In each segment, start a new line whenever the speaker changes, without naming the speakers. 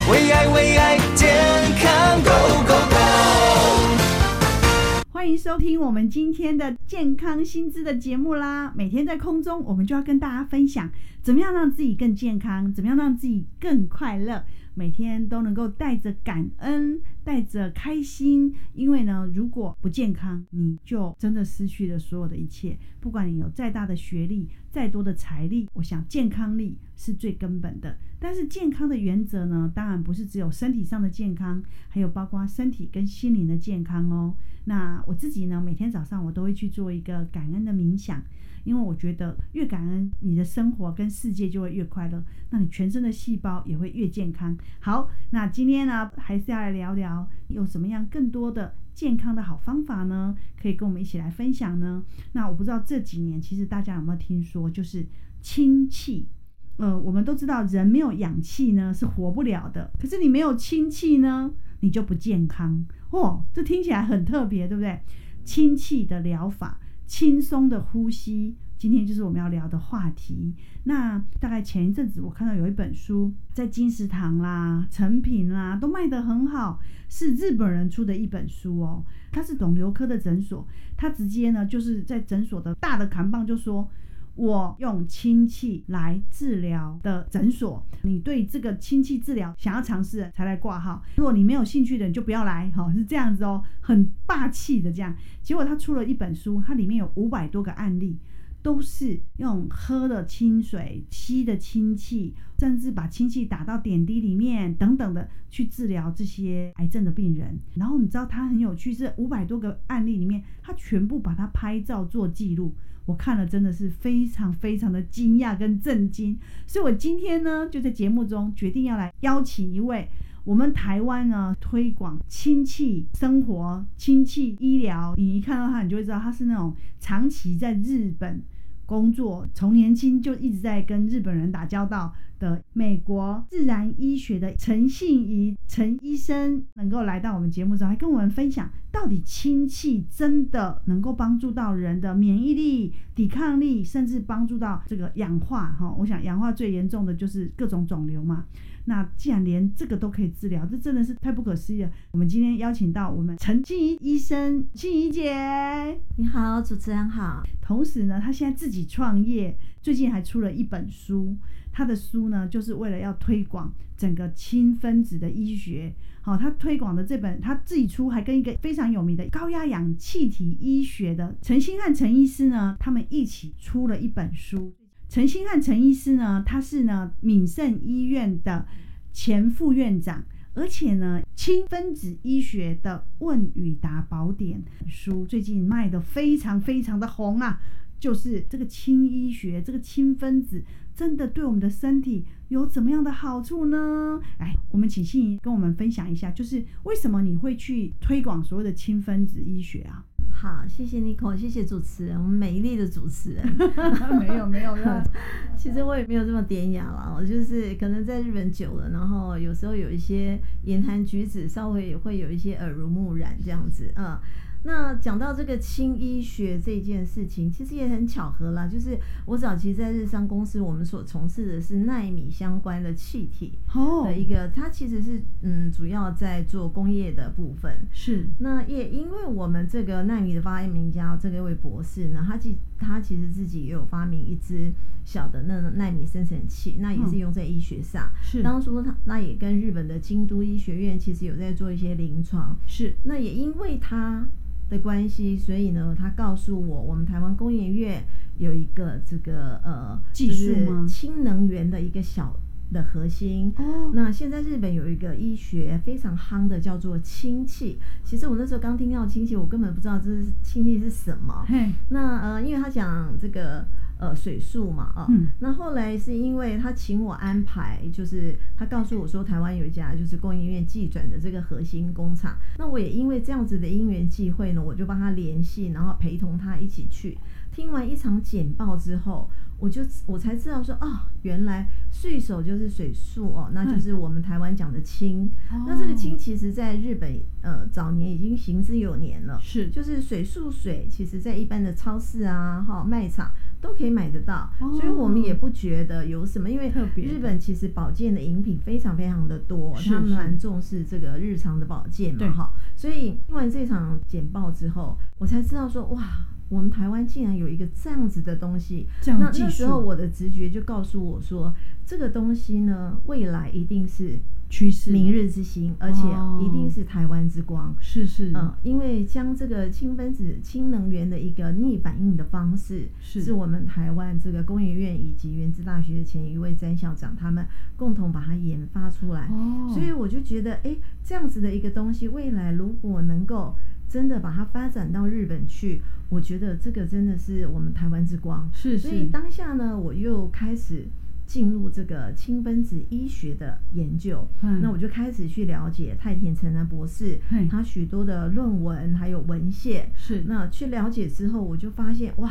为爱为爱健康 Go Go
欢迎收听我们今天的健康薪资的节目啦！每天在空中，我们就要跟大家分享，怎么样让自己更健康，怎么样让自己更快乐，每天都能够带着感恩，带着开心。因为呢，如果不健康，你就真的失去了所有的一切。不管你有再大的学历，再多的财力，我想健康力是最根本的。但是健康的原则呢，当然不是只有身体上的健康，还有包括身体跟心灵的健康哦。那我自己呢，每天早上我都会去做一个感恩的冥想，因为我觉得越感恩，你的生活跟世界就会越快乐，那你全身的细胞也会越健康。好，那今天呢，还是要来聊聊有什么样更多的健康的好方法呢？可以跟我们一起来分享呢？那我不知道这几年其实大家有没有听说，就是氢气。呃，我们都知道人没有氧气呢是活不了的，可是你没有氢气呢，你就不健康哦。这听起来很特别，对不对？氢气的疗法，轻松的呼吸，今天就是我们要聊的话题。那大概前一阵子，我看到有一本书在金石堂啦、成品啦都卖得很好，是日本人出的一本书哦。它是肿瘤科的诊所，它直接呢就是在诊所的大的扛棒就说。我用氢气来治疗的诊所，你对这个氢气治疗想要尝试的才来挂号。如果你没有兴趣的，你就不要来，哈、是这样子哦，很霸气的这样。结果他出了一本书，它里面有五百多个案例，都是用喝的清水、吸的氢气，甚至把氢气打到点滴里面等等的去治疗这些癌症的病人。然后你知道它很有趣，这五百多个案例里面，他全部把它拍照做记录。我看了真的是非常非常的惊讶跟震惊，所以我今天呢就在节目中决定要来邀请一位我们台湾呢推广亲戚生活、亲戚医疗，你一看到他，你就会知道他是那种长期在日本工作，从年轻就一直在跟日本人打交道的美国自然医学的陈信仪陈医生，能够来到我们节目中，来跟我们分享到底氢气真的能够帮助到人的免疫力、抵抗力，甚至帮助到这个氧化哈、我想氧化最严重的就是各种肿瘤嘛。那既然连这个都可以治疗，这真的是太不可思议了。我们今天邀请到我们陈静怡医生，静怡姐。
你好，主持人好。
同时呢，他现在自己创业，最近还出了一本书。他的书呢，就是为了要推广整个氢分子的医学。好、他推广的这本他自己出，还跟一个非常有名的高压氧气体医学的陈星汉陈医师呢，他们一起出了一本书。陈星汉陈医师呢，他是呢敏盛医院的前副院长，而且呢氢分子医学的《问与答宝典》书最近卖的非常非常的红啊，就是这个氢医学，这个氢分子真的对我们的身体有怎么样的好处呢？哎，我们请信怡跟我们分享一下，就是为什么你会去推广所谓的氢分子医学啊？
好，谢谢 Nico，谢谢主持人，我们美丽的主持人。
没有没有没有，
其实我也没有这么典雅啦，我就是可能在日本久了，然后有时候有一些言谈举止稍微也会有一些耳濡目染这样子，嗯。那讲到这个轻医学这件事情，其实也很巧合啦。就是我早期在日商公司，我们所从事的是纳米相关的气体
哦
的一个，它其实是嗯主要在做工业的部分。
是
那也因为我们这个纳米的发明家这个位博士呢，他其他其实自己也有发明一支小的那纳米生成器，那
嗯
也是用在医学上。
是
当初他那也跟日本的京都医学院其实有在做一些临床，
是
那也因为他的关系，所以呢，他告诉我，我们台湾工研院有一个这个呃
技术
就是
吗
氢能源的一个小的核心。
哦
那现在日本有一个医学非常夯的，叫做氢气。其实我那时候刚听到氢气，我根本不知道这是氢气是什么。
嘿
那呃，因为他讲这个呃水素嘛，啊、
嗯
那后来是因为他请我安排，就是他告诉我说台湾有一家就是供应院技转的这个核心工厂，那我也因为这样子的因缘际会呢，我就帮他联系，然后陪同他一起去。听完一场简报之后，我就我才知道说哦，原来水手就是水素哦，那就是我们台湾讲的氢。那这个氢其实在日本呃早年已经
哦
行之有年了，
是
就是水素水，其实在一般的超市啊、哈卖场都可以买得到，
哦
所以我们也不觉得有什么，因为
特别
日本其实保健的饮品非常非常的多，
是
他们
是
蛮重视这个日常的保健
对
嘛，哈，所以听完这场简报之后，我才知道说哇。我们台湾竟然有一个这样子的东西，
这样的
那
技
那时
术
候我的直觉就告诉我说，这个东西呢，未来一定是
趋势，
明日之星，而且
哦
一定是台湾之光。
是是，
嗯，因为将这个氢分子、氢能源的一个逆反应的方式，
是
我们台湾这个工研院以及原子大学的前一位詹校长他们共同把它研发出来。
哦，
所以我就觉得，哎，这样子的一个东西，未来如果能够真的把它发展到日本去，我觉得这个真的是我们台湾之光。
是
所以
是，
当下呢，我又开始进入这个氢分子医学的研究。
嗯
那我就开始去了解太田诚男博士
嘿
他许多的论文还有文献。
是
那去了解之后，我就发现哇，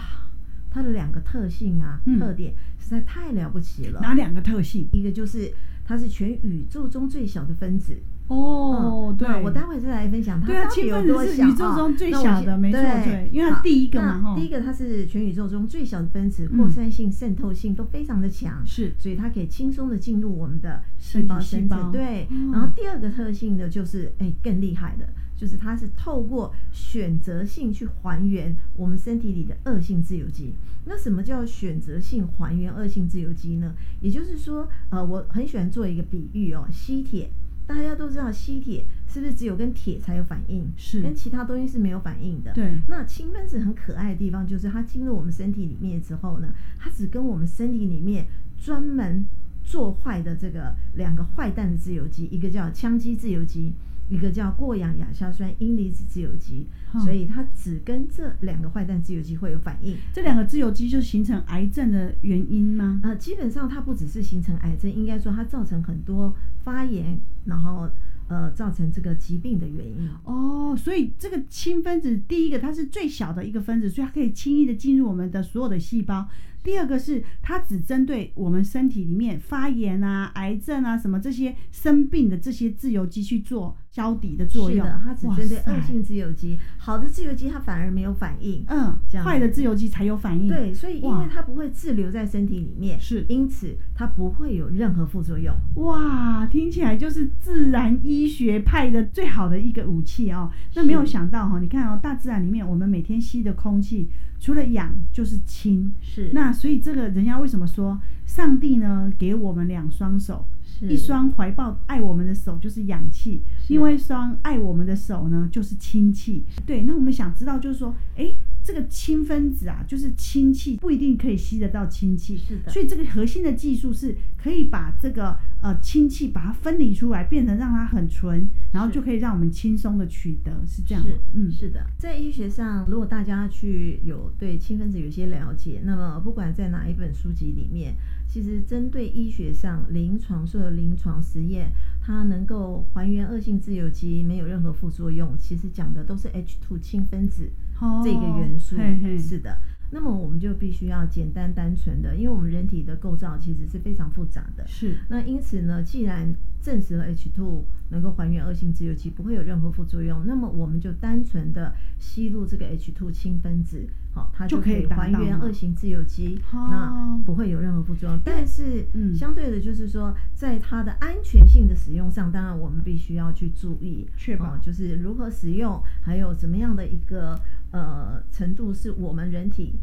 它的两个特性啊、
嗯
特点实在太了不起了。
哪两个特性？
一个就是它是全宇宙中最小的分子。
哦
嗯，
对，
那我待会再来分享它
对啊
到底
氢
有
分子
多
是
小啊。
宇宙中最
那我
小
先
的没错对因为它
好
第一个
那
嘛吼
第一个它是全宇宙中最小的分子，
嗯
扩散性、渗透性都非常的强，
是
所以它可以轻松的进入我们的细
身体
胞
细
生
胞
成。对
哦，
然后第二个特性呢，就是哎更厉害的，就是它是透过选择性去还原我们身体里的恶性自由基。那什么叫选择性还原恶性自由基呢？也就是说，呃，我很喜欢做一个比喻哦，吸铁。大家都知道吸铁是不是只有跟铁才有反应，
是
跟其他东西是没有反应的。
对
那氢分子很可爱的地方就是它进入我们身体里面之后呢，它只跟我们身体里面专门做坏的这个两个坏蛋的自由基，一个叫羟基自由基，一个叫过氧亚硝酸阴离子自由基，
哦
所以它只跟这两个坏蛋自由基会有反应。
这两个自由基就形成癌症的原因吗？
呃，基本上它不只是形成癌症，应该说它造成很多发炎，然后呃造成这个疾病的原因。
哦，所以这个氢分子，第一个它是最小的一个分子，所以它可以轻易的进入我们的所有的细胞。第二个是它只针对我们身体里面发炎啊、癌症啊什么这些生病的这些自由基去做消底的作
是
用。
的，它只
哇
针对
塞
恶性自由基，好的自由基它反而没有反应。
嗯
这，样
坏的自由基才有反应。
对，所以因
哇
为它不会滞留在身体里面，
是
因此它不会有任何副作用。
哇，听起来就是自然医学派的最好的一个武器哦。那没有想到哈、哦，你看哦，大自然里面我们每天吸的空气，除了氧就是氢。
是
那所以这个人家为什么说上帝呢给我们两双手，
是
一双怀抱爱我们的手就是氧气，
是
另外一双爱我们的手呢就是氢气。对，那我们想知道就是说，哎、这个氢分子啊，就是氢气，不一定可以吸得到氢气，
是的
所以这个核心的技术是可以把这个呃氢气把它分离出来，变成让它很纯，然后
是
就可以让我们轻松的取得，是这样吗
是，
嗯，
是的，在医学上，如果大家去有对氢分子有些了解，那么不管在哪一本书籍里面，其实针对医学上临床所有临床实验，它能够还原恶性自由基没有任何副作用，其实讲的都是 H2 氢分子。
哦
这个元素。
嘿嘿
是的，那么我们就必须要简单单纯的，因为我们人体的构造其实是非常复杂的。
是
那因此呢，既然证实了 H2 能够还原恶性自由基，不会有任何副作用，那么我们就单纯的吸入这个 H2 氢分子，好，它
就
就
可
可
以
以
达
还
到
原
吗
恶性自由基，
哦
那不会有任何副作用。但是，
嗯
相对的，就是说，在它的安全性的使用上，当然我们必须要去注意，
确保
哦就是如何使用，还有怎么样的一个呃程度是我们人体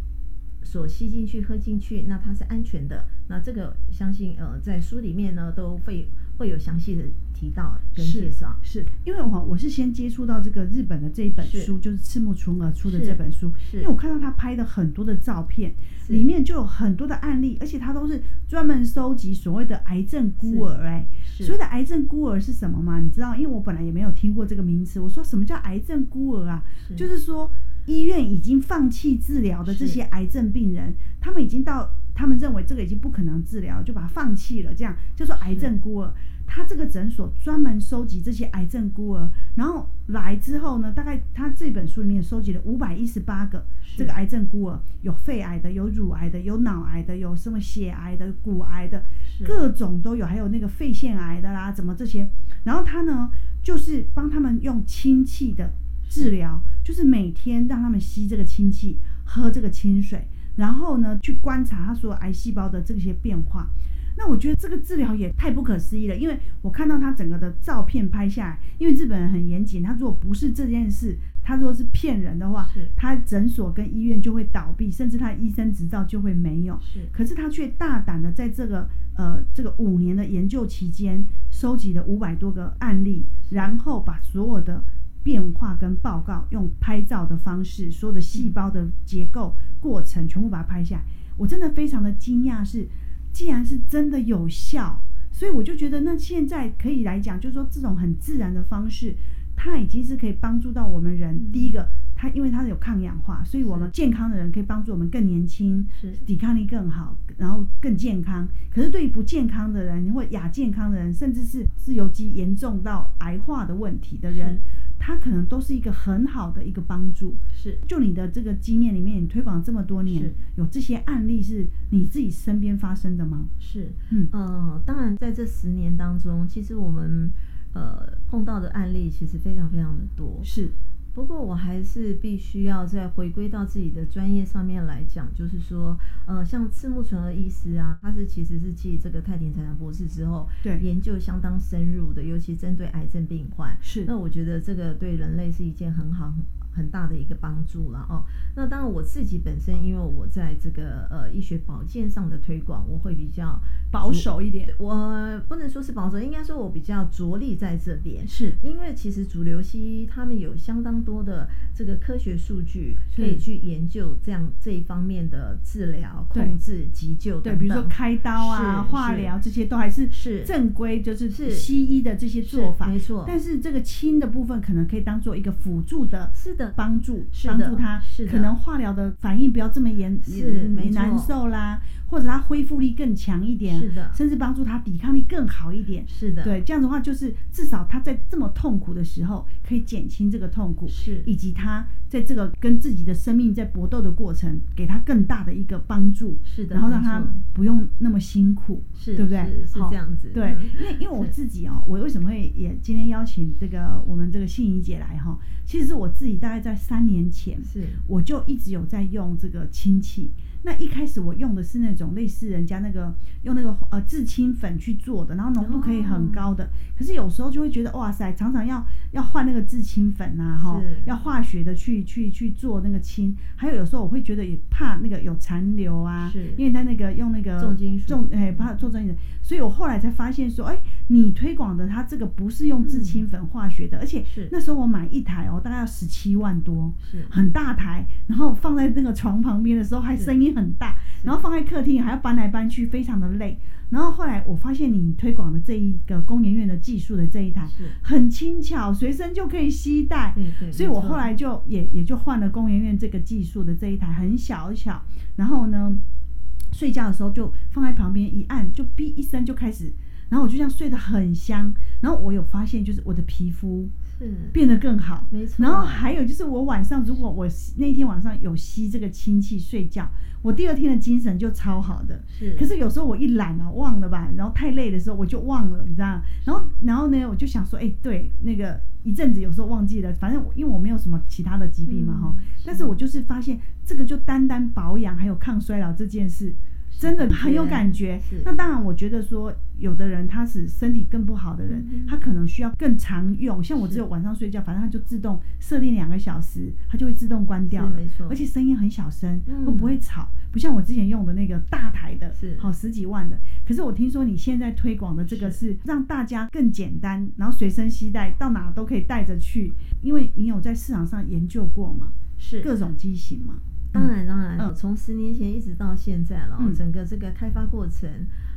所吸进去、喝进去，那它是安全的。那这个相信呃在书里面呢都会会有详细的提到跟
是
介绍。
是因为我我是先接触到这个日本的这一本
是
书，就是赤木纯儿出的
是
这本书，
是
因为我看到他拍的很多的照片，
是
里面就有很多的案例，而且他都是专门收集所谓的癌症孤儿、哎，
是
所谓的癌症孤儿是什么吗？你知道，因为我本来也没有听过这个名词，我说什么叫癌症孤儿啊？
是
就是说医院已经放弃治疗的这
是
些癌症病人，他们已经到他们认为这个已经不可能治疗，就把它放弃了，这样叫做癌症孤儿。他这个诊所专门收集这些癌症孤儿，然后来之后呢，大概他这本书里面收集了五百一十八个
是
这个癌症孤儿，有肺癌的，有乳癌的，有脑癌的，有什么血癌的、骨癌的，
是
各种都有，还有那个肺腺癌的啦，怎么这些。然后他呢，就是帮他们用氢气的治疗，就是每天让他们吸这个氢气，喝这个清水，然后呢去观察它所有癌细胞的这些变化。那我觉得这个治疗也太不可思议了，因为我看到他整个的照片拍下来，因为日本人很严谨，他如果不是这件事，他如果是骗人的话
是，
他诊所跟医院就会倒闭，甚至他的医生执照就会没有。
是
可是他却大胆的在这个呃这个五年的研究期间，收集了五百多个案例，然后把所有的变化跟报告用拍照的方式，所有的细胞的结构过程全部把它拍下来。我真的非常的惊讶是，既然是真的有效，所以我就觉得那现在可以来讲，就是说这种很自然的方式，它已经是可以帮助到我们人。
嗯
第一个，它因为它有抗氧化，所以我们
是
健康的人可以帮助我们更年轻，
是
抵抗力更好，然后更健康。可是对于不健康的人或亚健康的人，甚至是自由基严重到癌化的问题的人
是，
他可能都是一个很好的一个帮助。
是
就你的这个经验里面，你推广这么多年
是，
有这些案例是你自己身边发生的吗？
是，
嗯
呃，当然在这十年当中，其实我们呃碰到的案例其实非常非常的多。
是
不过我还是必须要再回归到自己的专业上面来讲，就是说，呃，像赤木纯儿医师啊，他是其实是继这个泰田财产博士之后，
对
研究相当深入的，尤其针对癌症病患。
是
那我觉得这个对人类是一件很好。很大的一个帮助了哦。那当然，我自己本身因为我在这个呃医学保健上的推广，我会比较
保守一点，
我不能说是保守，应该说我比较着力在这边，
是
因为其实主流西医他们有相当多的这个科学数据
是
可以去研究这样这一方面的治疗、
对
控制、急救等
对，
等。
比如说开刀啊、
是是
化疗这些都还是
是
正规，就是
是
西医的这些做法，
是没错
但是这个轻的部分可能可以当做一个辅助的，
是的
帮助
是
帮
的
助他，
是的
可能化疗的反应不要这么严，
是
没
没错
难受啦，或者他恢复力更强一点，
是的
甚至帮助他抵抗力更好一点。
是的，
对，这样的话就是至少他在这么痛苦的时候可以减轻这个痛苦，
是
以及他在这个跟自己的生命在搏斗的过程，给他更大的一个帮助，
是的
然后让
没错
他不用那么辛苦，
是
对不对？
是是
好
这样子
对
嗯，
因为因为我
是
自己哦，我为什么会也今天邀请这个我们这个信怡姐来哈、其实是我自己大概在三年前，
是
我就一直有在用这个氢气。那一开始我用的是那种类似人家那个用那个呃制氢粉去做的，然后浓度可以很高
哦
的。可是有时候就会觉得哇塞，常常要要换那个制氢粉啊，哈
是，
要化学的去去去做那个氢。还有有时候我会觉得也怕那个有残留啊，
是
因为它那个用那个
重金属
重哎怕做重金属，所以我后来才发现说，哎，你推广的它这个不是用制氢粉化学的，而且
是
那时候我买一台哦，大概要十七万多，
是
很大台，然后放在那个床旁边的时候还
是
声音很大，
嗯是
然后放在客厅还要搬来搬去，非常的累。然后后来我发现你推广的这一个工研院的技术的这一台
是
很轻巧，随身就可以携带。
对对
所以我
没错
后来就也也就换了工研院这个技术的这一台，很小巧。然后呢，睡觉的时候就放在旁边一按，就哔一声就开始，然后我就这样睡得很香。然后我有发现，就是我的皮肤
是
变得更好，
嗯没错
然后还有就是，我晚上如果我吸那天晚上有吸这个氢气睡觉，我第二天的精神就超好的。
是
可是有时候我一懒啊，忘了吧，然后太累的时候我就忘了，你知道吗？然后然后呢，我就想说，哎、对，那个一阵子有时候忘记了，反正我因为我没有什么其他的疾病嘛哈、
嗯
但是我就是发现这个就单单保养还有抗衰老这件事。真的很有感觉
是。
那当然，我觉得说，有的人他是身体更不好的人，
嗯哼
他可能需要更常用。像我
是
只有晚上睡觉，反正它就自动设定两个小时，它就会自动关掉了。
没错
而且声音很小声，
嗯
会不会吵？不像我之前用的那个大台的，
是
好十几万的。可是我听说你现在推广的这个是让大家更简单，然后随身携带，到哪都可以带着去，因为你有在市场上研究过嘛，
是
各种机型嘛。
当然，当然，
嗯
从十年前一直到现在了哦，
嗯
整个这个开发过程，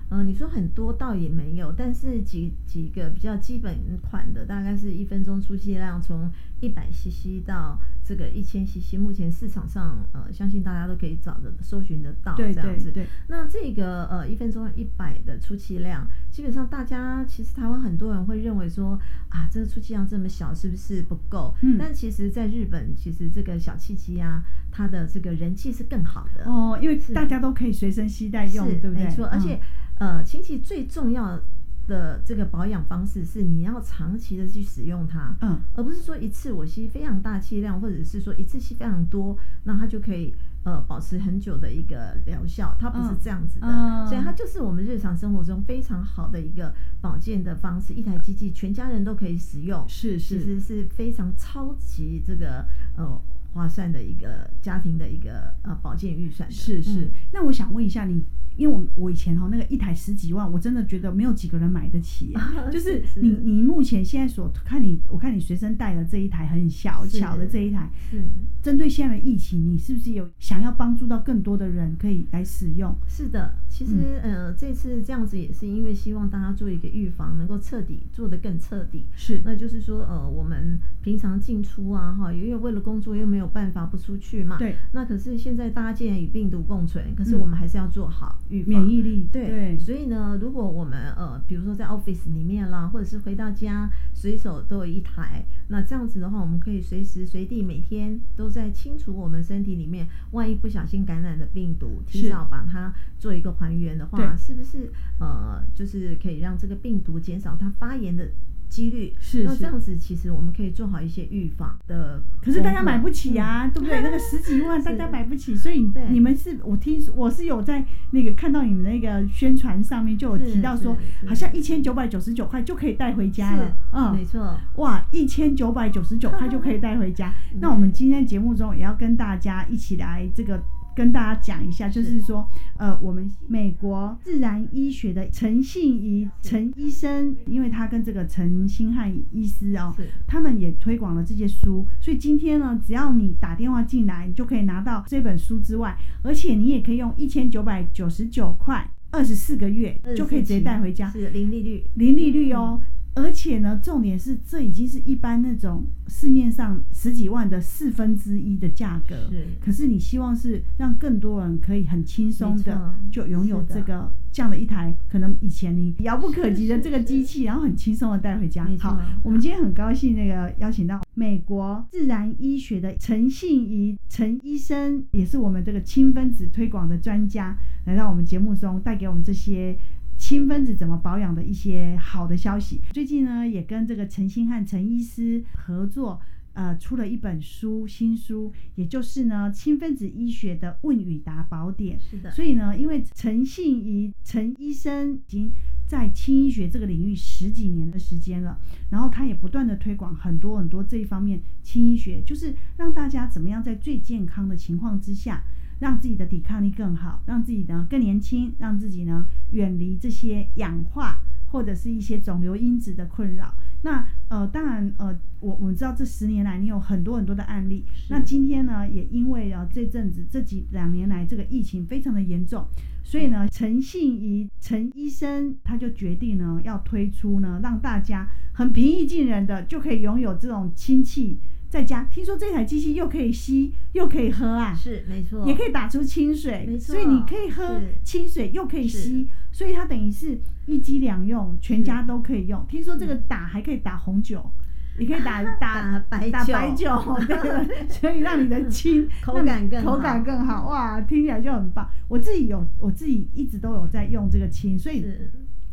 嗯、你说很多倒也没有，但是几几个比较基本款的，大概是一分钟出气量从一百 CC 到这个一千 CC，目前市场上呃，相信大家都可以找得搜寻得到哦
对
这样子。
对对，
那这个呃一分钟一百的出气量，基本上大家其实台湾很多人会认为说啊，这个出气量这么小是不是不够？
嗯
但其实在日本，其实这个小气机啊，它的这个人气是更好的。
哦，因为
是
大家都可以随身携带用
是，
对不对？
没错，而且、
嗯
呃，氢气最重要的这个保养方式是你要长期的去使用它，
嗯
而不是说一次我吸非常大气量，或者是说一次吸非常多，那它就可以呃保持很久的一个疗效，它不是
嗯
这样子的，
嗯
所以它就是我们日常生活中非常好的一个保健的方式，一台机器全家人都可以使用，
是
其
是
实是非常超级这个呃划算的一个呃家庭的一个呃保健预算的，
是是
嗯。。
那我想问一下你，因为我我以前哈那个一台十几万，我真的觉得没有几个人买得起耶就是
是是
你你目前现在所看你，我看你随身带的这一台很小
是
巧的这一台，
是
针对现在的疫情，你是不是有想要帮助到更多的人可以来使用？
是的，其实、呃，这次这样子也是因为希望大家做一个预防，能够彻底做得更彻底。
是
那就是说，呃，我们平常进出啊，哈，因为为了工作又没有办法不出去嘛。。
对
那可是现在大家既然与病毒共存，可是
嗯
我们还是要做好预防。
免疫力，
对，所以呢，如果我们呃，比如说在 office 里面啦，或者是回到家，随手都有一台，那这样子的话，我们可以随时随地每天都在清除我们身体里面，万一不小心感染的病毒，提
是
早把它做一个还原的话，
对
是不是呃，就是可以让这个病毒减少它发炎的几率？
是
那
是
这样子其实我们可以做好一些预防的工作。
可是大家买不起啊，对不 对？那个十几万
是
大家买不起，所以
对
你们是我听我是有在那个看到你们那个宣传上面就有提到说
是是，是
好像一千九百九十九块就可以带回
是
家了，
没
嗯。
错，
哇，一千九百九十 九块就可以带回家。
嗯
那我们今天节目中也要跟大家一起来这个跟大家讲一下，就是说，呃，我们美国自然医学的陈信仪陈医生，因为他跟这个陈星汉医师哦，
是。
他们也推广了这些书，所以今天呢，只要你打电话进来，你就可以拿到这本书之外，而且你也可以用一千九百九十九块二十四个月就可以直接带回家，
是零利率，
零利率哦。而且呢，重点是这已经是一般那种市面上十几万的四分之一的价格，
是
可是你希望是让更多人可以很轻松
没错
的就拥有
是的
这个这样的一台，可能以前你遥不可及的这个机器，然后很轻松的带回家
没。错
好，我们今天很高兴那个邀请到美国自然医学的陈信仪陈医生，也是我们这个氢分子推广的专家，来到我们节目中带给我们这些。氢分子怎么保养的一些好的消息。最近呢，也跟这个陈星汉陈医师合作，呃，出了一本书，新书，也就是呢《氢分子医学的问与答宝典》。
是的，
所以呢，因为陈信仪陈医生已经在轻医学这个领域十几年的时间了，然后他也不断的推广很多很多这一方面轻医学，就是让大家怎么样在最健康的情况之下，让自己的抵抗力更好，让自己呢更年轻，让自己呢远离这些氧化或者是一些肿瘤因子的困扰。那呃，当然呃，我我知道这十年来你有很多很多的案例。
是
那今天呢，也因为啊这阵子这几两年来这个疫情非常的严重，所以呢，陈信仪陈医生他就决定呢要推出呢，让大家很平易近人的就可以拥有这种氢气在家。听说这台机器又可以吸又可以喝啊，
是没错，
也可以打出清水，
没错
所以你可以喝
是
清水又可以吸
是，
所以它等于是一机两用，全家都可以用。听说这个
嗯
打还可以打红酒，也可以 打打
打白
打
酒
白酒， 对，所以让你的清
口
让你
感更
口感
好
更好，哇，听起来就很棒。我自己有，我自己一直都有在用这个清，所以
是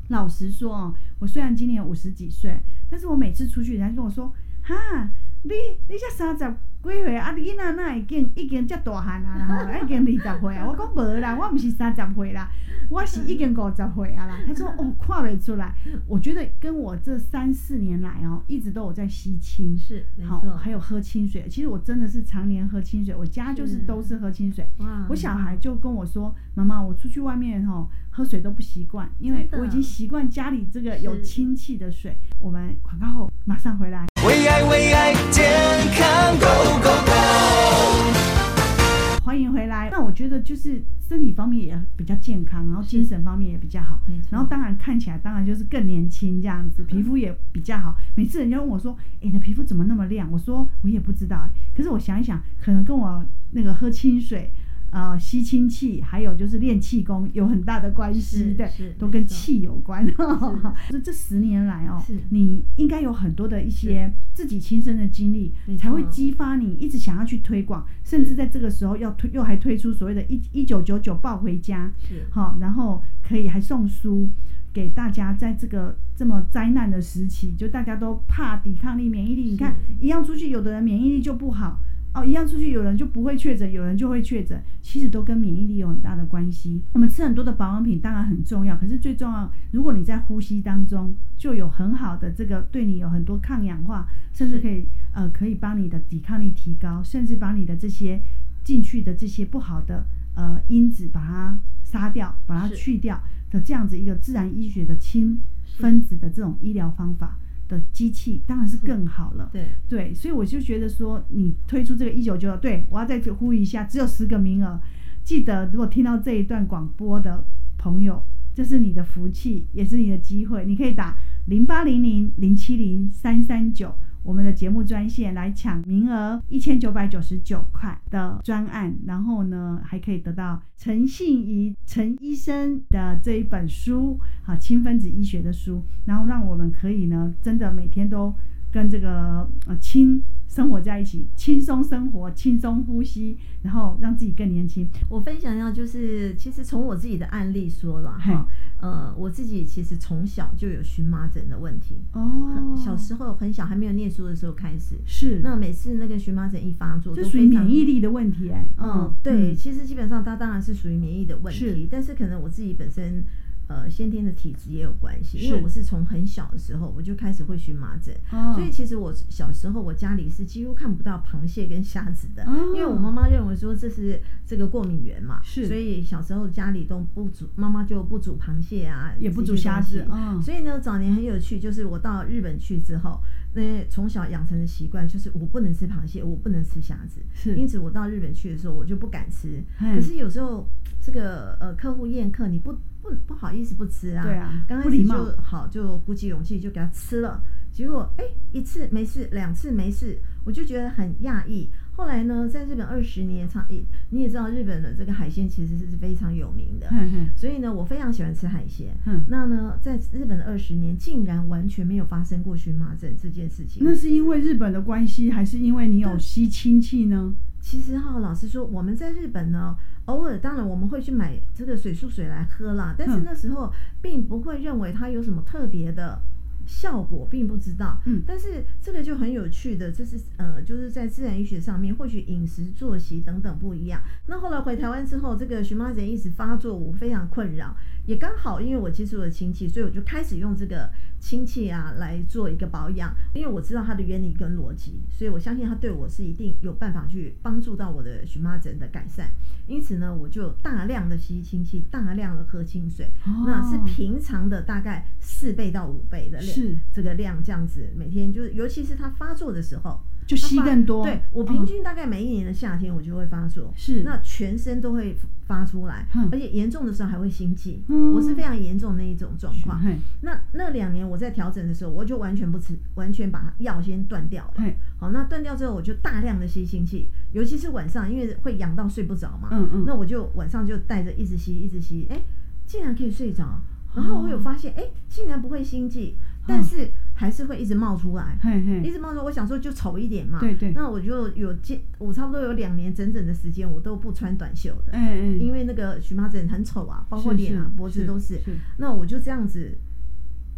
老实说哦，我虽然今年五十几岁，但是我每次出去，人家跟我说，哈，你你才三十几岁啊，你囡仔哪会已经已经遮大汉啊啦吼，啊已经二十岁啊。我讲无啦，我毋是三十岁啦，我是已经五十岁啊啦。他说哦，看袂出来。我觉得跟我这三四年来哦，一直都有在吸清，
是没
好，
错，
还有喝清水。其实我真的是常年喝清水，我家就是
是
都是喝清水。
哇，
我小孩就跟我说：“妈妈，我出去外面吼喝水都不习惯，因为
真的
我已经习惯家里这个
是
有氢气的水。”我们广告后马上回来。
为爱为爱健康 Go Go Go，
欢迎回来。那我觉得就是身体方面也比较健康，然后精神方面也比较好
没错，
然后当然看起来当然就是更年轻这样子，皮肤也比较好。每次人家问我说：“哎、你的皮肤怎么那么亮？”我说：“我也不知道。”可是我想一想，可能跟我那个喝清水。呃，吸清气，还有就是练气功，有很大的关系，
是
对
是，
都
没
跟
错
气有关。 这这十年来哦
是，
你应该有很多的一些自己亲身的经历
没，
才会
错
激发你一直想要去推广，甚至在这个时候要推又还推出所谓的一一九九九抱回家，
是
好，然后可以还送书给大家，在这个这么灾难的时期，就大家都怕抵抗力、免疫力，你看一样出去，有的人免疫力就不好。哦，一样出去，有人就不会确诊，有人就会确诊。其实都跟免疫力有很大的关系。我们吃很多的保养品当然很重要，可是最重要，如果你在呼吸当中就有很好的这个对你有很多抗氧化，甚至可以呃可以帮你的抵抗力提高，甚至把你的这些进去的这些不好的呃因子把它杀掉，把它
是
去掉的这样子一个自然医学的轻
是
分子的这种医疗方法的机器，当然是更好了。
对，
对，所以我就觉得说，你推出这个一九九九，对我要再呼吁一下，只有十个名额，记得如果听到这一段广播的朋友，这是你的福气，也是你的机会，你可以打零八零零零七零三三九。我们的节目专线来抢名额一千九百九十九块的专案，然后呢还可以得到陈信怡陈医生的这一本书，好轻分子医学的书，然后让我们可以呢真的每天都跟这个呃轻生活在一起，轻松生活，轻松呼吸，然后让自己更年轻。
我分享一下，就是其实从我自己的案例说了哈，呃，我自己其实从小就有荨麻疹的问题，
哦
小时候很小还没有念书的时候开始，
是
那每次那个荨麻疹一发作，
这
都
属于
非常
免疫力的问题哎、
嗯，对，
嗯
其实基本上它当然是属于免疫的问
是
题，但是可能我自己本身呃先天的体质也有关系，因为
是
我是从很小的时候我就开始会荨麻疹，
哦
所以其实我小时候我家里是几乎看不到螃蟹跟虾子的，
哦
因为我妈妈认为说这是这个过敏源嘛，
是
所以小时候家里都不煮，妈妈就不煮螃蟹啊，
也不
这
煮
些
虾
东西
子嗯
所以呢早年很有趣，就是我到日本去之后。那从小养成的习惯就是我不能吃螃蟹，我不能吃虾子，
是
因此我到日本去的时候，我就不敢吃。
嘿
可是有时候这个呃客户宴客，你不不不好意思不吃啊。
对啊
刚
不
开
礼
始
貌
就好，就鼓起勇气就给他吃了。结果哎、一次没事，两次没事，我就觉得很讶异。后来呢，在日本二十年长，也你也知道日本的这个海鲜其实是非常有名的。
嘿嘿
所以呢，我非常喜欢吃海鲜。
嗯
那呢，在日本的二十年，竟然完全没有发生过荨麻疹这件事情。
那是因为日本的关系，还是因为你有吸亲戚呢？
其实哈，老实说，我们在日本呢，偶尔当然我们会去买这个水素水来喝啦，但是
嗯
那时候并不会认为它有什么特别的效果，并不知道。
嗯
但是这个就很有趣的，这是呃，就是在自然医学上面，或许饮食、作息等等不一样。那后来回台湾之后，这个荨麻疹一直发作，我非常困扰。也刚好因为我接触了亲戚，所以我就开始用这个亲戚啊来做一个保养，因为我知道它的原理跟逻辑，所以我相信它对我是一定有办法去帮助到我的荨麻疹的改善。因此呢，我就大量的吸亲戚，大量的喝清水，
哦
那是平常的大概四倍到五倍的量，
是
这个量这样子，每天就是，尤其是它发作的时候。
就
它
吸
发
更多
对我平
哦
均大概每一年的夏天我就会发作，
是
那全身都会发出来，
嗯
而且严重的时候还会心悸，
嗯
我是非常严重的那一种状况
哦嘿。
那那两年我在调整的时候，我就完全不吃，完全把药先断掉了。
嘿
好，那断掉之后，我就大量的吸心气，尤其是晚上，因为会痒到睡不着嘛。
嗯嗯
那我就晚上就带着一直吸，一直吸，哎、竟然可以睡着。然后我有发现，哎、竟然不会心悸，
哦
但是还是会一直冒出来。
嘿
一
嘿，
直冒出来，我想说就丑一点嘛。
嗯对对
那我就有见，我差不多有两年整整的时间，我都不穿短袖的。
哎哎，
因为那个荨麻疹很丑啊，包括
是
脸啊、
是
脖子都是。
是是
那我就这样子，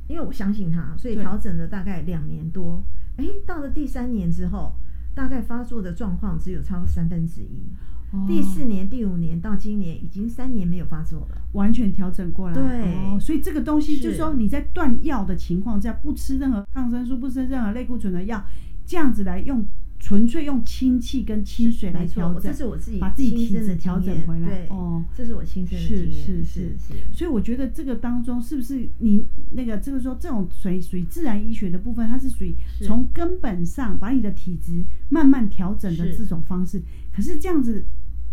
因为我相信他，所以
对
调整了大概两年多。诶，到了第三年之后，大概发作的状况只有超过三分之一。
哦
第四年、第五年到今年，已经三年没有发作了。
完全调整过来。
对
哦，所以这个东西
是
就是说你在断药的情况下，不吃任何抗生素，不吃任何类固醇的药，这样子来用，纯粹用氢气跟清水来
没错
调
我
整，
这是我自己
把自己
亲
体
身
质
的
调
经
整
验
回来。
对
哦，
这是我亲身的经验，
是
是
是所以我觉得这个当中是不是你那个这个说这种属于属于自然医学的部分，它是属于
是
从根本上把你的体质慢慢调整的
是
这种方式。可是这样子，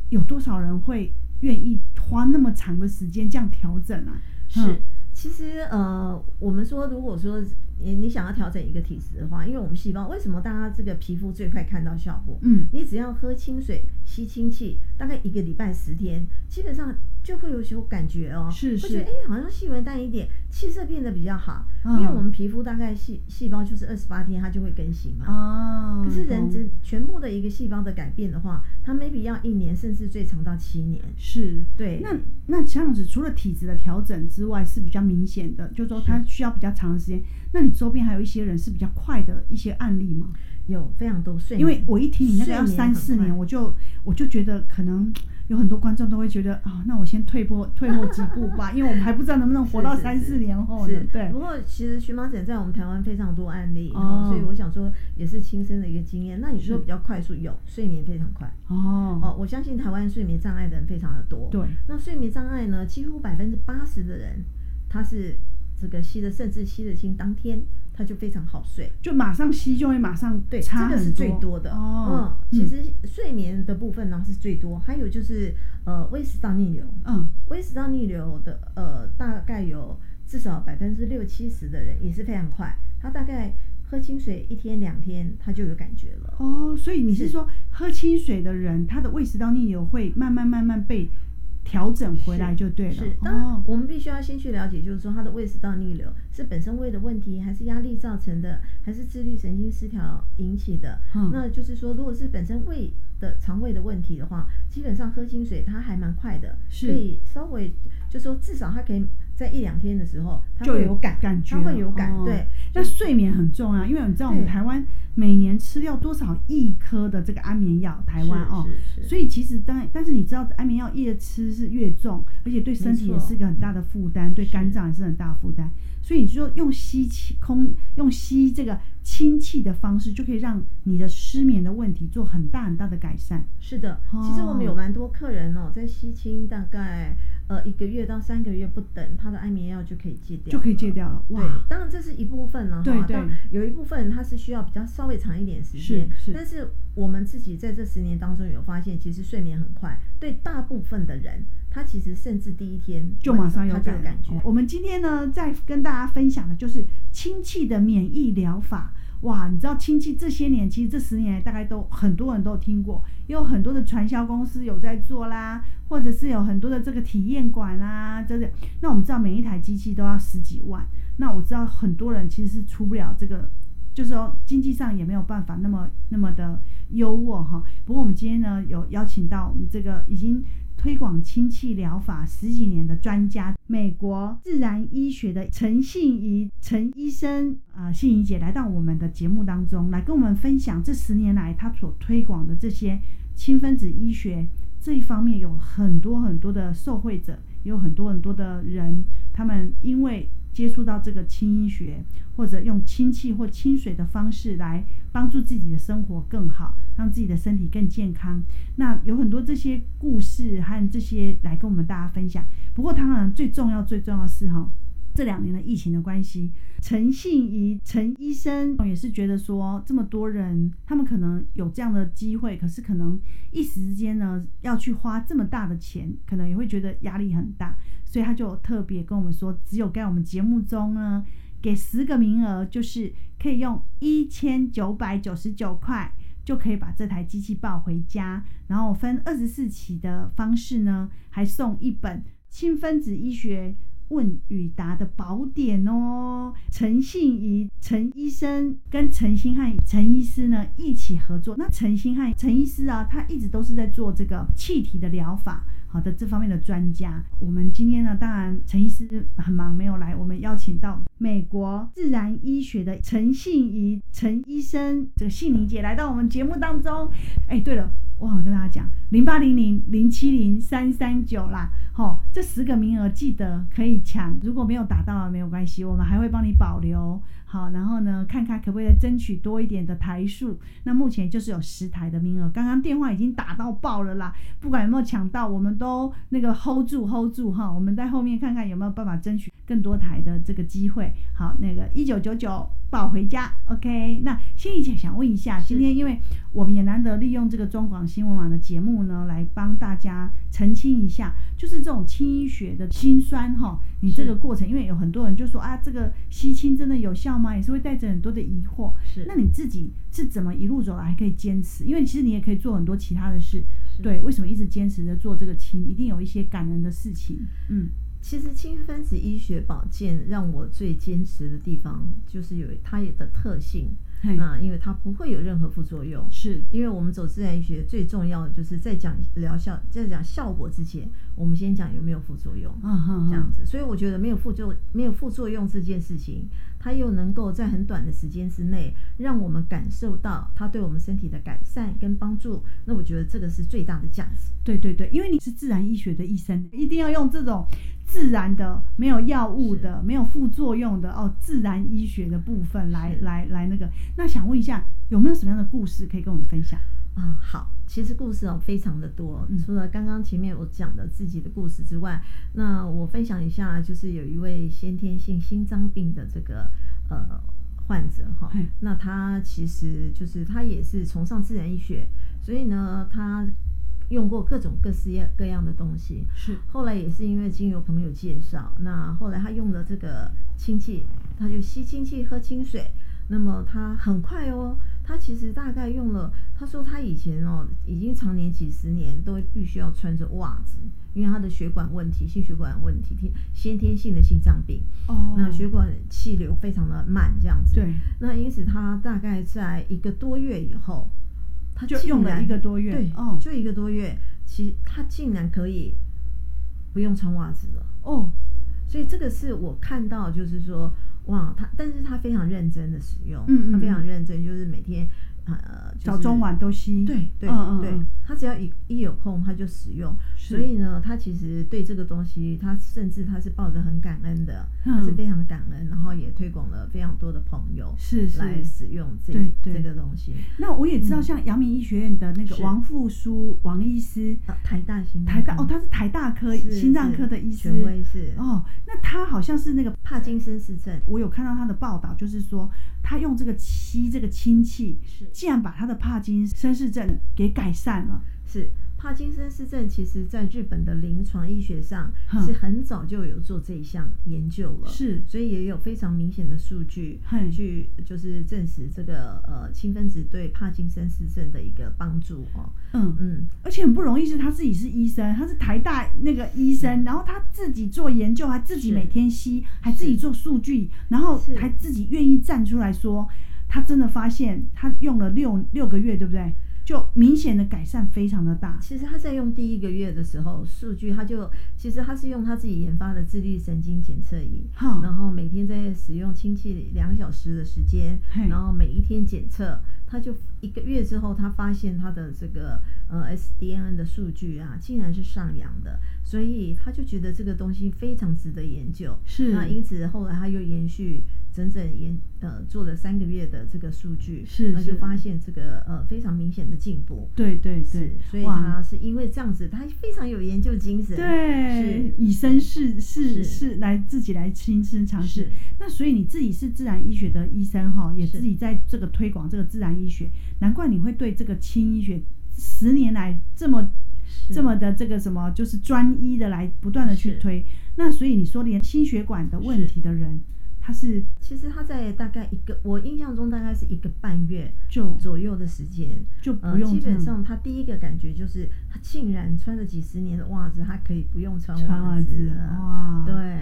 有多少人会愿意花那么长的时间这样调整啊？
是
嗯，
其实呃，我们说，如果说你你想要调整一个体质的话，因为我们细胞为什么大家这个皮肤最快看到效果？
嗯
你只要喝清水、吸清气，大概一个礼拜十天，基本上就会有有感觉哦，
是
会
是
觉得哎、好像细微淡一点，气色变得比较好，
嗯
因为我们皮肤大概细细胞就是二十八天它就会更新嘛。
哦，
可是人
懂
整全部的一个细胞的改变的话，它 maybe 要一年，甚至最长到七年。
是
对
那那这样子，除了体质的调整之外，是比较明显的，就是说
是
它需要比较长的时间。那你周边还有一些人是比较快的一些案例吗？
有非常多睡
因
眠，
为我一听你那个要
睡眠
三
很
四年，
快
我就我就觉得可能有很多观众都会觉得啊、那我先退步退后几步吧，因为我们还不知道能不能活到
是是
三四年后呢
是，。
对
不，过其实荨麻疹在我们台湾非常多案例，
哦
哦、所以我想说也是亲身的一个经验。那你说
是
比较快速有睡眠非常快
哦，
哦，我相信台湾睡眠障碍的人非常的多。
对，
那睡眠障碍呢，几乎百分之八十的人他是这个吸的，甚至吸了精当天他就非常好睡。
就马上吸就会马上
对，
差
这
很
个是最多的
哦。
嗯，其实睡眠的部分呢是最多，还有就是呃胃食道逆流，
嗯
胃食道逆流的呃，大概有至少百分之六七十的人也是非常快，他大概喝清水一天两天他就有感觉了。
哦，所以你是
是
说喝清水的人，他的胃食道逆流会慢慢慢慢被调整回来就对了。
是，当然
哦，
我们必须要先去了解，就是说他的胃食道逆流是本身胃的问题，还是压力造成的，还是自律神经失调引起的？
嗯
那就是说，如果是本身胃的肠胃的问题的话，基本上喝清水它还蛮快的，
是
可以稍微就说至少它可以在一两天的时候，它
就
会
有
有感
感觉
它会有
了
感，
哦
对。
那睡眠很重啊要，因为你知道我们
对
台湾每年吃掉多少亿颗的这个安眠药，台湾
是
哦
是，是
所以其实当但是你知道安眠药越吃是越重，而且对身体
没错
也是一个很大的负担，对肝脏也是很大的负担，所以你就用吸气空用吸这个氢气的方式，就可以让你的失眠的问题做很大很大的改善。
是的，其实我们
哦
有蛮多客人哦，在西青大概呃一个月到三个月不等，他的安眠药就可以戒掉，
就可以戒掉了哇
对，当然这是一部分了哈，
对对
但有一部分它是需要比较稍微长一点时间，
是是
但是我们自己在这十年当中有发现，其实睡眠很快，对大部分的人，他其实甚至第一天
就马上有
晚他就有
感
感
觉。
觉，
哦我们今天呢，再跟大家分享的就是氢气的免疫疗法。哇，你知道氢气这些年，其实这十年来大概都很多人都有听过，也有很多的传销公司有在做啦，或者是有很多的这个体验馆啦，这个。那我们知道每一台机器都要十几万，那我知道很多人其实是出不了这个就是说经济上也没有办法那么那么的优渥哈。不过我们今天呢有邀请到我们这个已经推广氢气疗法十几年的专家，美国自然医学的陈信怡陈医生啊、呃信怡姐来到我们的节目当中，来跟我们分享这十年来她所推广的这些氢分子医学这一方面有很多很多的受惠者，也有很多很多的人，他们因为接触到这个轻医学，或者用氢气或清水的方式来帮助自己的生活更好，让自己的身体更健康。那有很多这些故事和这些来跟我们大家分享。不过，当然最重要最重要的是哈，这两年的疫情的关系，陈信怡陈医生也是觉得说，这么多人他们可能有这样的机会，可是可能一时之间呢要去花这么大的钱，可能也会觉得压力很大，所以他就特别跟我们说，只有在我们节目中呢。给十个名额，就是可以用一千九百九十九块就可以把这台机器抱回家。然后分二十四期的方式呢，还送一本《氢分子医学问与答》的宝典哦。陈信怡陈医生跟陈星汉陈医师呢一起合作。那陈星汉陈医师啊，他一直都是在做这个气体的疗法。好的，这方面的专家，我们今天呢，当然陈医师很忙没有来，我们邀请到美国自然医学的陈信怡陈医生，这个信玲姐来到我们节目当中。哎，对了，忘了跟大家讲，零八零零零七零三三九啦，好、这十个名额记得可以抢，如果没有打到啊没有关系，我们还会帮你保留。好，然后呢，看看可不可以再争取多一点的台数。那目前就是有十台的名额，刚刚电话已经打到爆了啦，不管有没有抢到，我们都那个 hold 住 hold 住哈，我们在后面看看有没有办法争取更多台的这个机会。好，那个一九九九抱回家，OK。那心怡姐想问一下，今天因为我们也难得利用这个中广新闻网的节目呢，来帮大家澄清一下，就是这种轻医学的辛酸哈，你这
是
个过程，因为有很多人就说啊，这个吸氢真的有效吗？也是会带着很多的疑惑。
是
那你自己是怎么一路走来可以坚持？因为其实你也可以做很多其他的事，
是
对，为什么一直坚持着做这个亲？一定有一些感人的事情，嗯，
其实氢分子医学保健让我最坚持的地方，就是有它的特性，
嘿
那、因为它不会有任何副作用，
是
因为我们走自然医学最重要的就是在讲疗效，在讲效果之前，我们先讲有没有副作用，
啊哈，
这样子。所以我觉得没有副作没有副作用这件事情，它又能够在很短的时间之内，让我们感受到它对我们身体的改善跟帮助。那我觉得这个是最大的价值。
对对对，因为你是自然医学的医生，一定要用这种自然的、没有药物的、没有副作用的哦，自然医学的部分来
是
来来那个。那想问一下，有没有什么样的故事可以跟我们分享？
啊、好，其实故事哦非常的多
嗯，
除了刚刚前面我讲的自己的故事之外，那我分享一下，就是有一位先天性心脏病的这个呃患者哈
嘿，
那他其实就是他也是崇尚自然医学，所以呢，他用过各种各式样各样的东西，
是
后来也是因为经由朋友介绍，那后来他用了这个氢气，他就吸氢气喝清水。那么他很快哦，他其实大概用了，他说他以前哦，已经常年几十年都必须要穿着袜子，因为他的血管问题、心血管问题、天先天性的心脏病，
哦
那血管气流非常的慢这样子。
对，
那因此他大概在一个多月以后，他
就
竟
用了
然
一个多月
对，
哦
就一个多月，其他竟然可以不用穿袜子了。
哦，
所以这个是我看到，就是说，哇，他，但是他非常认真的使用，
嗯嗯
他非常
嗯
认真，就是每天，呃，就是
早中晚都吸，
对对、
嗯嗯
对
嗯，
他只要一一有空他就使用，
是
所以呢，他其实对这个东西，他甚至他是抱着很感恩的，他是
嗯
非常的感恩，然后也推广了非常多的朋友
是是。
来使用这
对对
这个东西。
那我也知道，像阳明医学院的那个
嗯是
王复苏王医师，
啊台大心脏
台大
科
哦，他是台大科
是
心脏
是
科的医师，
权威是
哦，那他好像是那个
帕金森氏症，
我有看到他的报道，就是说他用这个吸这个氢气，
是
竟然把他的帕金森氏症给改善了。
是帕金森氏症，其实在日本的临床医学上
哼
是很早就有做这一项研究了，
是
所以也有非常明显的数据
嘿
去就是证实这个呃氢分子对帕金森氏症的一个帮助哦，
嗯，
嗯，
而且很不容易，是他自己是医生，他是台大那个医生，然后他自己做研究，还自己
是
每天吸，还自己做数据，然后
是
还自己愿意站出来说，他真的发现他用了六六个月，对不对？就明显的改善非常的大。
其实他在用第一个月的时候，数据他就其实他是用他自己研发的自律神经检测仪，
好
然后每天在使用氢气两小时的时间
嘿，
然后每一天检测，他就一个月之后，他发现他的这个呃 SDN 的数据啊，竟然是上扬的，所以他就觉得这个东西非常值得研究。
是
那因此后来他又延续整整研呃做了三个月的这个数据，
是
那就是发现这个呃非常明显的进步。
对对
是
对，，
所以
哇
他是因为这样子，他非常有研究精神。
对
是，
以身试试
是
试来自己来亲身尝试
是。
那所以你自己是自然医学的医生哈，也
是
自己在这个推广这个自然医学，难怪你会对这个轻医学十年来这么
是
这么的这个什么，就是专一的来不断的去
是
推。那所以你说连心血管的问
是
题的人，他是
其实他在大概一个，我印象中大概是一个半月
就
左右的时间，
就不
呃，
用
基
这
本
样
上他第一个感觉就是，他竟然穿了几十年的袜子，他可以不用穿
穿袜
袜
子
了
哇
对，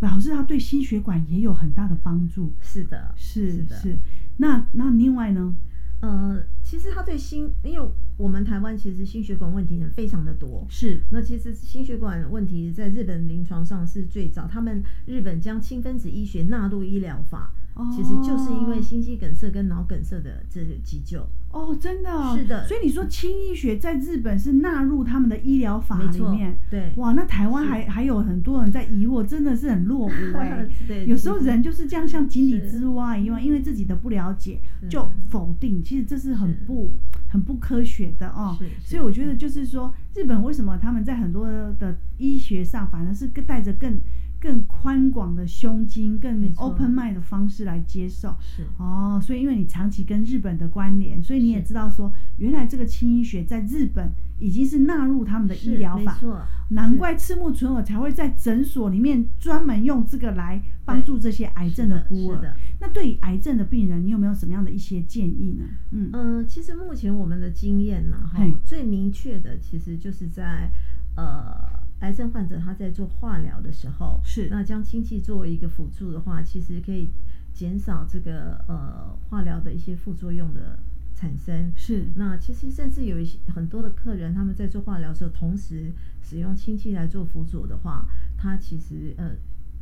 表示他对心血管也有很大的帮助。
是的，
是
的，
是，那那另外呢？
呃，其实他对心，因为我们台湾其实心血管问题人非常的多，
是
那其实心血管问题在日本临床上是最早，他们日本将氢分子医学纳入医疗法，其实就是因为
哦
心肌梗塞跟脑梗塞的这个急救。
哦，真的哦、
是的
所以你说轻医学在日本是纳入他们的医疗法
没
里
错
面，
对
哇，那台湾还还有很多人在疑惑，真的是很落伍 哎、
对
有时候
其实
人就是这样，像井底
是
之蛙一样，因为自己的不了解
嗯是
就否定，其实这是很
是
不很不科学的哦。
是是
所以我觉得就是说，日本为什么他们在很多的医学上反而是更带着更更宽广的胸襟、更
没错
open mind 的方式来接受。
是
哦，所以因为你长期跟日本的关联，所以你也
是
知道说，原来这个轻医学在日本已经是纳入他们的医
是
疗法
没，错，
难
是
怪赤木纯尔才会在诊所里面专门用这个来帮
对
助这些癌
是
症的
的
孤
是
儿
的。
那对于癌症的病人，你有没有什么样的一些建议呢？嗯，
嗯，其实目前我们的经验呢，哈
嘿，
最明确的其实就是在呃，癌症患者他在做化疗的时候，
是
那将氢气作为一个辅助的话，其实可以减少这个呃化疗的一些副作用的产生。
是
那其实甚至有一些很多的客人，他们在做化疗的时候，同时使用氢气来做辅佐的话，他其实呃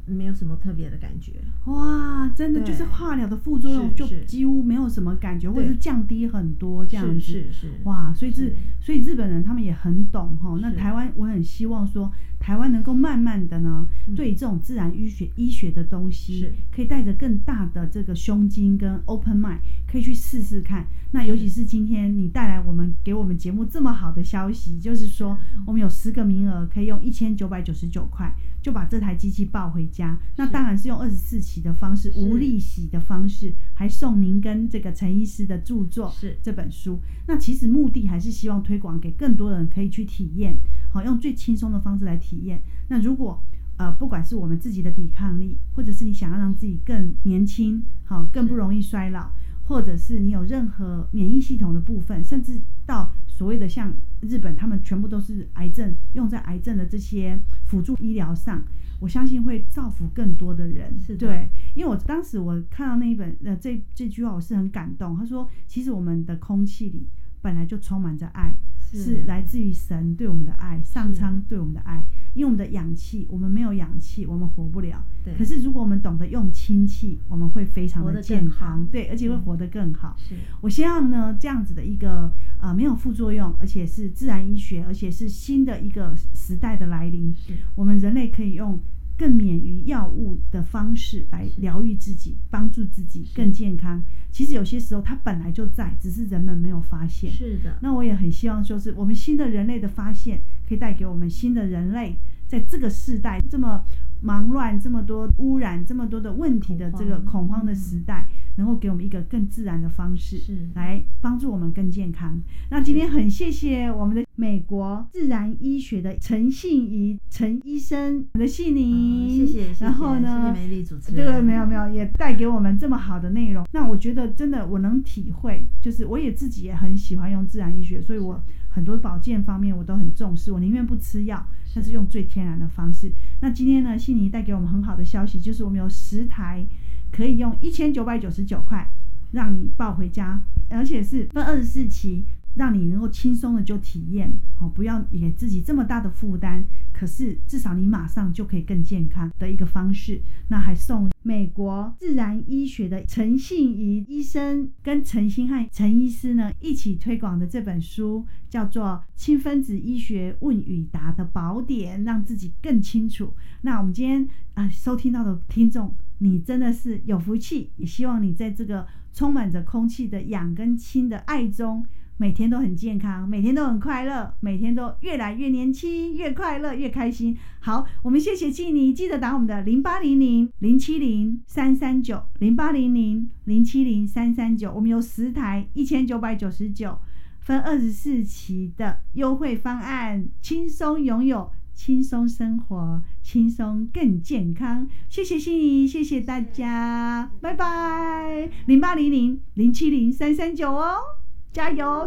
没有什么特别的感觉。
哇，真的
对
就是化疗的副作用
是
就是几乎没有什么感觉，或者
对
是降低很多这样子。
是是是，
哇，所以
是
日所以日本人他们也很懂哈。那
是
台湾我很希望说，台湾能够慢慢的呢，
嗯
对于这种自然医学医学的东西
是，
可以带着更大的这个胸襟跟 open mind，可以去试试看。那尤其是今天你带来我们给我们节目这么好的消息，就是说我们有十个名额，可以用一千九百九十九块就把这台机器抱回家。那
是
当然是用二十四期的方式，
是
无利息的方式，还送您跟这个陈医师的著作。
是
这本书。那其实目的还是希望推广给更多人可以去体验，好用最轻松的方式来体验。那如果呃，不管是我们自己的抵抗力，或者是你想要让自己更年轻，好更不容易衰老，或者是你有任何免疫系统的部分，甚至到所谓的像日本，他们全部都是癌症用在癌症的这些辅助医疗上，我相信会造福更多的人。
是的
对，因为我当时我看到那一本呃这这句话，我是很感动。他说，其实我们的空气里本来就充满着爱，
是
是来自于神对我们的爱，上苍对我们的爱。因为我们的氧气，我们没有氧气，我们活不了。
对
可是如果我们懂得用氢气，我们会非常
嗯活
的
得
健
更好
康，对，而且会
嗯
活得更好。
是
我希望呢，这样子的一个呃没有副作用，而且是自然医学，而且是新的一个时代的来临，
是
我们人类可以用更免于药物的方式来疗愈自己，帮助自己更健康。其实有些时候它本来就在，只是人们没有发现。
是的，
那我也很希望，就是我们新的人类的发现，可以带给我们新的人类，在这个世代这么忙乱、这么多污染、这么多的问题的这个恐
恐慌
慌的时代，能够给我们一个更自然的方式，
是
来帮助我们更健康。那今天很谢谢我们的美国自然医学的陈信怡陈医生，我们的信
嗯，
怡、
谢谢，谢谢
然后呢？
谢谢美丽主持
这
人，
个没有没有，也带给我们这么好的内容。那我觉得真的我能体会，就是我也自己也很喜欢用自然医学，所以我很多保健方面我都很重视，我宁愿不吃药，但是用最天然的方式。那今天呢，悉尼带给我们很好的消息，就是我们有十台可以用一千九百九十九块让你抱回家，而且是分二十四期，让你能够轻松的就体验，哦，不要给自己这么大的负担。可是至少你马上就可以更健康的一个方式。那还送美国自然医学的陈信怡医生跟陈星汉陈医师呢一起推广的这本书，叫做《氢分子医学问与答的宝典》，让自己更清楚。那我们今天啊、呃收听到的听众，你真的是有福气，也希望你在这个充满着空气的氧跟氢的爱中，每天都很健康，每天都很快乐，每天都越来越年轻，越快乐越开心。好，我们谢谢静妮，记得打我们的零八零零零七零三三九零八零零零七零三三九，我们有十台一千九百九十九。分二十四期的优惠方案，轻松拥有，轻松生活，轻松更健康。谢谢心怡，谢谢大家，拜拜，零八零零零七零三三九哦，加油！